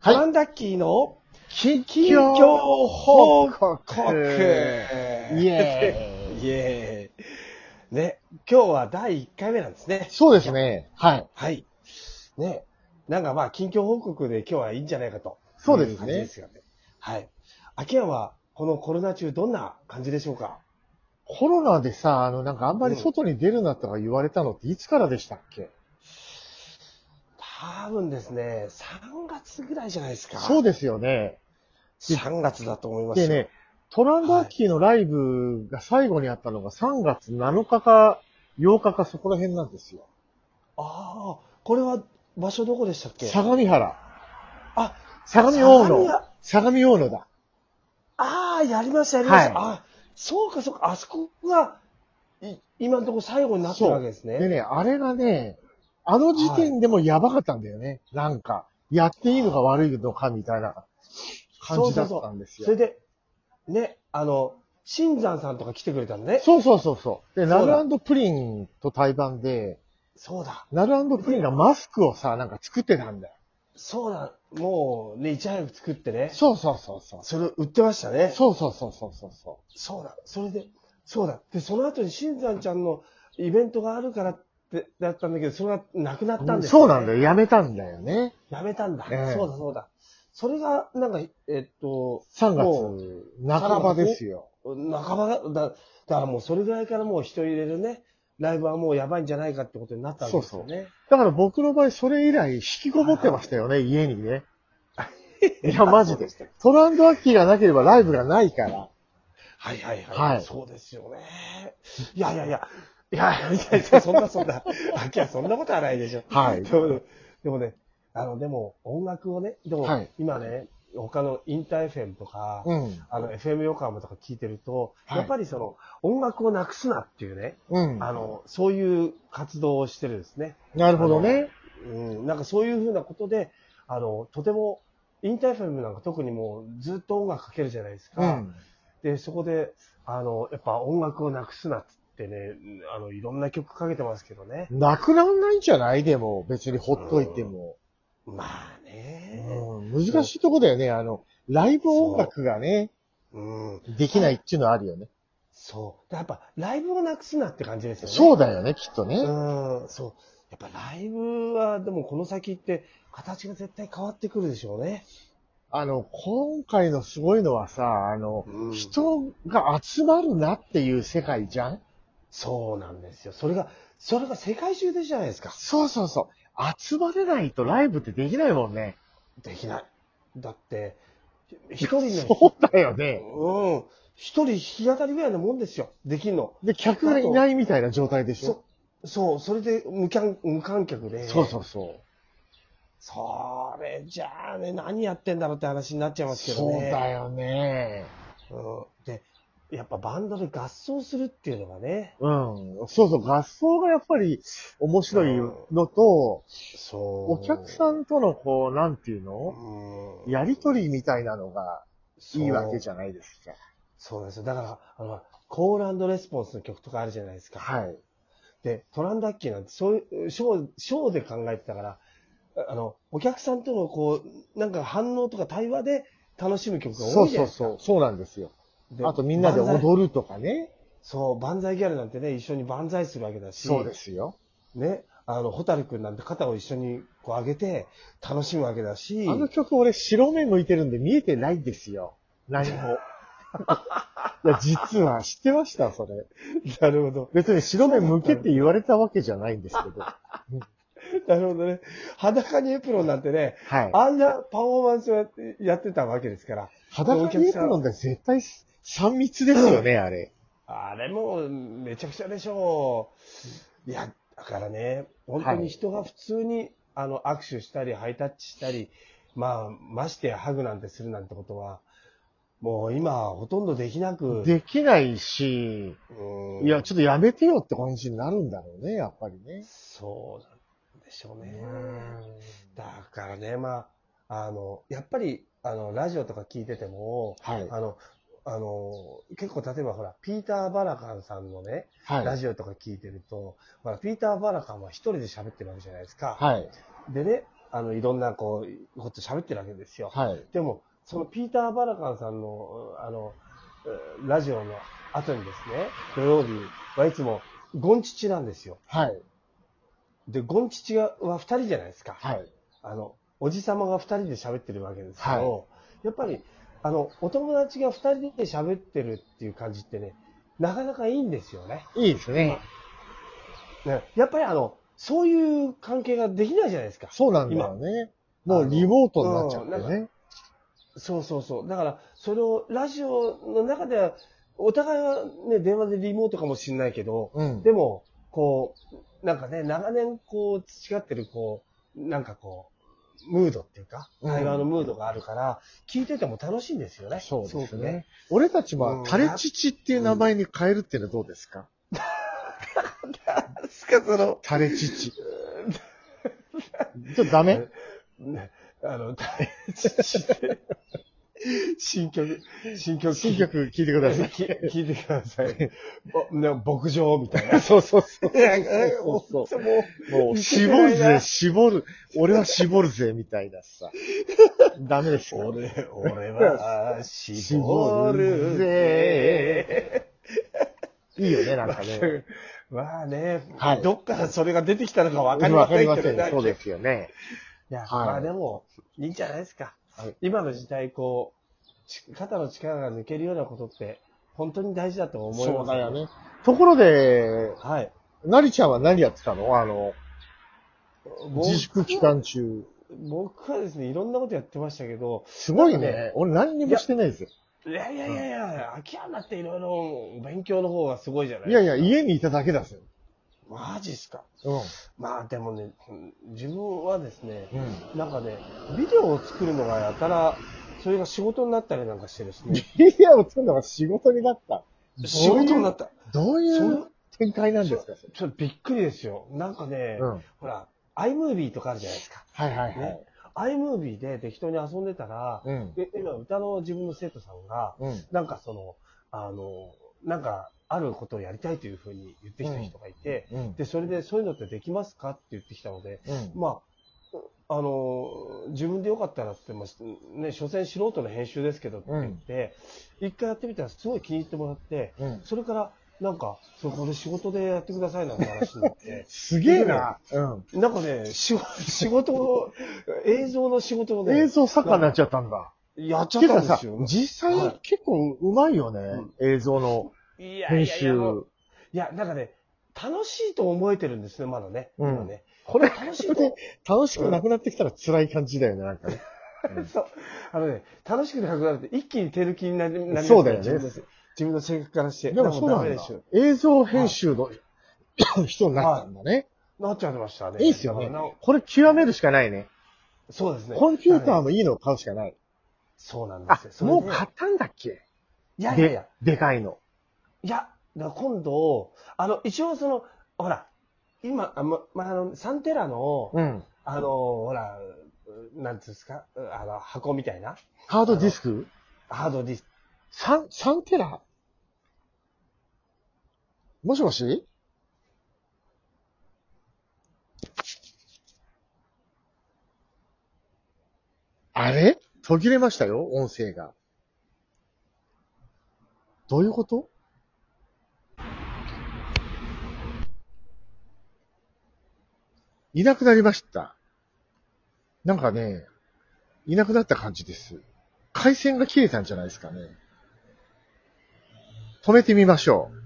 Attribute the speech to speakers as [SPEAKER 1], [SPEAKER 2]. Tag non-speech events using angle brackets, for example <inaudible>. [SPEAKER 1] はい
[SPEAKER 2] マンダッキーの
[SPEAKER 1] 近
[SPEAKER 2] 近況報告。
[SPEAKER 1] イエーイ。
[SPEAKER 2] イエーイ。ね、今日は第1回目なんですね。
[SPEAKER 1] そうですね。はい。
[SPEAKER 2] はい。ね、なんかまあ、近況報告で今日はいいんじゃないかと。
[SPEAKER 1] そうですね
[SPEAKER 2] い感じですよね。はい。秋山は、このコロナ中どんな感じでしょうか
[SPEAKER 1] コロナでさ、あの、なんかあんまり外に出るなとか言われたのっていつからでしたっけ、
[SPEAKER 2] 多分ですね、3月ぐらいじゃないですか。
[SPEAKER 1] そうですよね。
[SPEAKER 2] す。3月だと思いますよ。
[SPEAKER 1] でね、トランダッキーのライブが最後にあったのが3月7日か8日かそこら辺なんですよ。
[SPEAKER 2] ああ、これは場所どこでしたっけ
[SPEAKER 1] 相模原。
[SPEAKER 2] あ、
[SPEAKER 1] 相模大
[SPEAKER 2] 相模
[SPEAKER 1] 野
[SPEAKER 2] や。
[SPEAKER 1] 相模大野だ。
[SPEAKER 2] ああ、やりました、やりました。
[SPEAKER 1] は
[SPEAKER 2] あ、そうか、そうか。あそこが、い今のところ最後になってるわけですね。
[SPEAKER 1] でね、あれがね、あの時点でもやばかったんだよね。なんか、やっていいのか悪いのかみたいな感じだったんですよ。
[SPEAKER 2] それで、ね、あの、新山さんとか来てくれたんね。
[SPEAKER 1] そうそうそうそう。で、
[SPEAKER 2] そうだ
[SPEAKER 1] ナルプリンと対バンで、
[SPEAKER 2] そうだ、
[SPEAKER 1] ナルプリンがマスクをさ、なんか作ってたんだよ。
[SPEAKER 2] そうだ、もうね、いち早く作ってね。
[SPEAKER 1] そうそうそうそう。
[SPEAKER 2] それ売ってましたね。
[SPEAKER 1] そうそうそうそうそうそ
[SPEAKER 2] そうだ、それで、そうだ。で、その後に新山ちゃんのイベントがあるからって、だったんだけど、それがなくなったん
[SPEAKER 1] う。
[SPEAKER 2] です
[SPEAKER 1] そうなん
[SPEAKER 2] よ
[SPEAKER 1] だよ。やめたんだよね。
[SPEAKER 2] やめたんだ。
[SPEAKER 1] ええ
[SPEAKER 2] そうだそうだ。それが、なんか、えっと、
[SPEAKER 1] 3
[SPEAKER 2] も
[SPEAKER 1] 月半ばですよ。
[SPEAKER 2] 半ばだ、だだからもうそれぐらいからもう人入れるね、ライブはもうやばいんじゃないかってことになったわけですよね。
[SPEAKER 1] だから僕の場合、それ以来、引きこもってましたよね、家にね。いや、マジで。
[SPEAKER 2] す。
[SPEAKER 1] トランドアッキーがなければライブがないから。
[SPEAKER 2] はいはいはい。
[SPEAKER 1] はい
[SPEAKER 2] そうですよね。いやいやいや、いや、いやいやそんなそんな、あきはそんなことはないでしょ。
[SPEAKER 1] はい
[SPEAKER 2] でもでもね、あの、でも音楽をね、でも、
[SPEAKER 1] はい
[SPEAKER 2] 今ね、他のインターフェムとか、
[SPEAKER 1] うん。
[SPEAKER 2] あの、FM 横浜とか聞いてると、
[SPEAKER 1] はい
[SPEAKER 2] やっぱりその、音楽をなくすなっていうね、
[SPEAKER 1] うん。
[SPEAKER 2] あの、そういう活動をしてるんですね。
[SPEAKER 1] なるほどね。
[SPEAKER 2] うん、なんかそういうふうなことで、あの、とても、インターフェムなんか特にもうずっと音楽かけるじゃないですか。
[SPEAKER 1] うん。
[SPEAKER 2] で、そこで、あの、やっぱ音楽をなくすなっつってね、あの、いろんな曲かけてますけどね。
[SPEAKER 1] なくならないんじゃないでも、別にほっといても。
[SPEAKER 2] まあね。
[SPEAKER 1] うん難しいとこだよね。あの、ライブ音楽がね、
[SPEAKER 2] うん。
[SPEAKER 1] できないっていうのはあるよね。
[SPEAKER 2] そう。やっぱライブをなくすなって感じですよね。
[SPEAKER 1] そうだよね、きっとね。
[SPEAKER 2] うん、そう。やっぱライブは、でもこの先って形が絶対変わってくるでしょうね。
[SPEAKER 1] あの、今回のすごいのはさ、あの、
[SPEAKER 2] うん
[SPEAKER 1] 人が集まるなっていう世界じゃん
[SPEAKER 2] そうなんですよ。それが、それが世界中でじゃないですか。
[SPEAKER 1] そうそうそう。集まれないとライブってできないもんね。
[SPEAKER 2] できない。だって、一人の、
[SPEAKER 1] そうだよね。
[SPEAKER 2] うん、一人弾き語りぐらいなもんですよ。できんの。
[SPEAKER 1] で、客がいないみたいな状態でしょ
[SPEAKER 2] そそう、それで無観無観客で。
[SPEAKER 1] そうそうそう。
[SPEAKER 2] それじゃあね、何やってんだろうって話になっちゃいますけど
[SPEAKER 1] そ
[SPEAKER 2] ね。
[SPEAKER 1] うだよね。
[SPEAKER 2] うん、で、やっぱバンドで合奏するっていうのがね、
[SPEAKER 1] うん。そうそう、合奏がやっぱり面白いのと、
[SPEAKER 2] そう。
[SPEAKER 1] お客さんとのこう、なんていうの
[SPEAKER 2] うん、
[SPEAKER 1] やりとりみたいなのがいいわけじ
[SPEAKER 2] ゃん。
[SPEAKER 1] ゃないですか。
[SPEAKER 2] そうなんですよ。だから、あの、コールレスポンスの曲とかあるじゃないですか。
[SPEAKER 1] はい。
[SPEAKER 2] で、トランダッキーなんて、そういう、ショー、ショーで考えてたから、ああの、お客さんとのこう、なんか反応とか対話で楽しむ曲が
[SPEAKER 1] そ
[SPEAKER 2] 多
[SPEAKER 1] う
[SPEAKER 2] いじゃな
[SPEAKER 1] そ
[SPEAKER 2] いうですか。
[SPEAKER 1] そう。そうなんですよ。
[SPEAKER 2] で
[SPEAKER 1] あとみんなで
[SPEAKER 2] 万歳
[SPEAKER 1] 踊るとかね。
[SPEAKER 2] そう、万歳ギャルなんてね、一緒に万歳するわけだし、
[SPEAKER 1] そうですよ。
[SPEAKER 2] ね、あの、ホタルくんなんて肩を一緒にこう上げて楽しむわけだし、
[SPEAKER 1] あの曲俺白目向いてるんで見えてないんですよ。何も。 <laughs> いや、実は知ってました、それ。
[SPEAKER 2] なるほど。
[SPEAKER 1] 別に白目向けって言われたわけじゃないんです
[SPEAKER 2] <laughs>
[SPEAKER 1] けど。は
[SPEAKER 2] なるほどね。裸にエプロンなんてね、
[SPEAKER 1] い。
[SPEAKER 2] あんなパフォーマンスをやってやってたわけですから、
[SPEAKER 1] 裸にエプロンで絶対3密ですよね、あれ。
[SPEAKER 2] あれもめちゃくちゃでしょう。いや、だからね、本当に人が普通に、あの握手したり、ハイタッチしたり、まあ、ましてやハグなんてするなんてことは、もう今ほとんどできなく、
[SPEAKER 1] できないし、
[SPEAKER 2] うん
[SPEAKER 1] いや、ちょっとやめてよって感じになるんだろうね、やっぱりね。
[SPEAKER 2] そうなんでしょうね。だからね、まあ、あの、やっぱり、あの、ラジオとか聞いてても、
[SPEAKER 1] はい。
[SPEAKER 2] あの、あの、結構例えばほら、ピーター・バラカンさんのね、
[SPEAKER 1] は
[SPEAKER 2] ラ
[SPEAKER 1] い。
[SPEAKER 2] ジオとか聞いてると、ほら、ピーター・バラカンは一人で喋ってるわけじゃないですか。
[SPEAKER 1] はい。
[SPEAKER 2] でね、あの、いろんな、こう、こと喋ってるわけですよ。
[SPEAKER 1] はい。
[SPEAKER 2] でも、そのピーター・バラカンさんの、あの、えーラジオの後にですね、土曜日はいつも、ゴンチチなんですよ。
[SPEAKER 1] はい。
[SPEAKER 2] で、ゴンチチは二人じゃないですか。
[SPEAKER 1] はい。
[SPEAKER 2] あの、おじさまが二人で喋ってるわけですけど、やっぱり、あの、お友達が二人で喋ってるっていう感じってね、なかなかいいんですよね。
[SPEAKER 1] いいですね。
[SPEAKER 2] ねやっぱりあの、そういう関係ができないじゃないですか。
[SPEAKER 1] そうなんだよね。もうリモートになっちゃってね。
[SPEAKER 2] そうそうそう。だから、それをラジオの中では、お互いはね、電話でリモートかもしれないけど、
[SPEAKER 1] うん。
[SPEAKER 2] でも、こう、なんかね、長年こう、培ってる、こう、なんかこう、ムードっていうか、
[SPEAKER 1] うん
[SPEAKER 2] 会話のムードがあるから、聞いてても楽しいんですよね。
[SPEAKER 1] そうです
[SPEAKER 2] ごく
[SPEAKER 1] ね。。俺たちは、タレチチっていう名前に変えるっていうのはどうですか
[SPEAKER 2] なんすか、その、
[SPEAKER 1] タレチチ。ちょっとダメ
[SPEAKER 2] ねあの、大事で新曲、新曲、
[SPEAKER 1] 新曲聞いてください。
[SPEAKER 2] き聞いてください。ぼね牧場みたいな。
[SPEAKER 1] <laughs> そうそうそう。
[SPEAKER 2] も
[SPEAKER 1] そう <laughs> もう、絞るぜ、絞る。俺は絞るぜ、みたいなさ。ダメですか
[SPEAKER 2] 俺、俺は、絞
[SPEAKER 1] 絞
[SPEAKER 2] る
[SPEAKER 1] る
[SPEAKER 2] ぜ。
[SPEAKER 1] いいよね、なんか <laughs> ね。
[SPEAKER 2] まあね、
[SPEAKER 1] はい
[SPEAKER 2] どっからそれが出てきたのかわかりませんけどね。
[SPEAKER 1] そうですよね。
[SPEAKER 2] いや、
[SPEAKER 1] はい
[SPEAKER 2] まあでも、いいんじゃないですか。
[SPEAKER 1] はい
[SPEAKER 2] 今の時代、こう、ち肩の力が抜けるようなことって、本当に大事だと思います、
[SPEAKER 1] そうだよ。ね。ところで、
[SPEAKER 2] はい。
[SPEAKER 1] なりちゃんは何やってたのあの、
[SPEAKER 2] 僕
[SPEAKER 1] 自粛期間中。
[SPEAKER 2] 僕はですね、いろんなことやってましたけど、
[SPEAKER 1] すごい
[SPEAKER 2] なん
[SPEAKER 1] ね。
[SPEAKER 2] かね
[SPEAKER 1] 俺何にもしてないですよ。
[SPEAKER 2] いやいやいやいや、秋山だっていろいろ勉強の方がすごいじゃない
[SPEAKER 1] い
[SPEAKER 2] です
[SPEAKER 1] や
[SPEAKER 2] か。
[SPEAKER 1] いや、家にいただけだすよ。
[SPEAKER 2] マジっすか。
[SPEAKER 1] う
[SPEAKER 2] まあでもね、うん自分はですね、
[SPEAKER 1] ん。うん。
[SPEAKER 2] なんかね、ビデオを作るのがやたら、それが仕事になったりなんかしてです
[SPEAKER 1] <laughs>
[SPEAKER 2] ね、
[SPEAKER 1] ビデオを作るのが仕事になった。
[SPEAKER 2] 仕事になった。
[SPEAKER 1] どうい
[SPEAKER 2] そうう
[SPEAKER 1] 展開なんですかそれ
[SPEAKER 2] ちょっとびっくりですよ。なんかね、
[SPEAKER 1] うん。はい
[SPEAKER 2] ほら、iMovie とかあるじゃないですか。
[SPEAKER 1] はいはい
[SPEAKER 2] ね。iMovie で適当に遊んでたら、
[SPEAKER 1] うん。
[SPEAKER 2] で今、歌の自分の生徒さんが、
[SPEAKER 1] うん。
[SPEAKER 2] なんかその、あの、なんか、あることをやりたいというふうに言ってきた人がいて、
[SPEAKER 1] うん。
[SPEAKER 2] で、それで、そういうのってできますかって言ってきたので、
[SPEAKER 1] うん。
[SPEAKER 2] まあ、あの、自分でよかったらって言ってます、ね、所詮素人の編集ですけどって言って、一回やってみたらすごい気に入ってもらって、
[SPEAKER 1] うん。
[SPEAKER 2] それから、なんか、そうこれ仕事でやってくださいなんて話にな
[SPEAKER 1] <laughs>
[SPEAKER 2] って、
[SPEAKER 1] すげえな。うん。
[SPEAKER 2] なんかね、仕仕事を、映像の仕事をね、
[SPEAKER 1] 映像作家になっちゃったんだ。
[SPEAKER 2] やっちゃ
[SPEAKER 1] け
[SPEAKER 2] った
[SPEAKER 1] ど
[SPEAKER 2] んで
[SPEAKER 1] さ
[SPEAKER 2] すよ、。
[SPEAKER 1] 実
[SPEAKER 2] は
[SPEAKER 1] 際
[SPEAKER 2] い
[SPEAKER 1] 結構うまいよね。映像の
[SPEAKER 2] いやいや
[SPEAKER 1] 編
[SPEAKER 2] いや、
[SPEAKER 1] 集。
[SPEAKER 2] もういや、なんかね、楽しいと思えてるんですね、まだね。
[SPEAKER 1] うん
[SPEAKER 2] 今ね
[SPEAKER 1] これ、
[SPEAKER 2] 楽しいと、
[SPEAKER 1] 楽しくなくなってきたら辛い感じだよね、なんかね。
[SPEAKER 2] そう。あのね、楽しくなくなるって、一気に手抜きになりなります
[SPEAKER 1] そうだよね
[SPEAKER 2] 自分の自分の性格からして。
[SPEAKER 1] でもそうなん
[SPEAKER 2] ダメ
[SPEAKER 1] だ
[SPEAKER 2] でしょ。
[SPEAKER 1] 映像編集の人になったんだね。
[SPEAKER 2] なっちゃいましたね。
[SPEAKER 1] いいっすよね
[SPEAKER 2] な
[SPEAKER 1] これ極めるしかないね。
[SPEAKER 2] そうですね。
[SPEAKER 1] コンピューター
[SPEAKER 2] の。
[SPEAKER 1] のいいのを買うしかない。
[SPEAKER 2] そうなんで
[SPEAKER 1] あ
[SPEAKER 2] すよ。、それ
[SPEAKER 1] も
[SPEAKER 2] で
[SPEAKER 1] う買ったんだっけ
[SPEAKER 2] いやいやいや。
[SPEAKER 1] で、でかいの。
[SPEAKER 2] いや、だから今度、あの、一応その、ほら、今、あま、まあ、の、3テラの、
[SPEAKER 1] うん。
[SPEAKER 2] あの、ほら、うなんつうんですか、うあの、箱みたいな、
[SPEAKER 1] ハードディスク
[SPEAKER 2] ハードディスク。
[SPEAKER 1] ?3、3テラもしもしあれ途切れましたよ、音声が。どういうこといなくなりました。なんかね、いなくなった感じです。回線が切れたんじゃないですかね。止めてみましょう。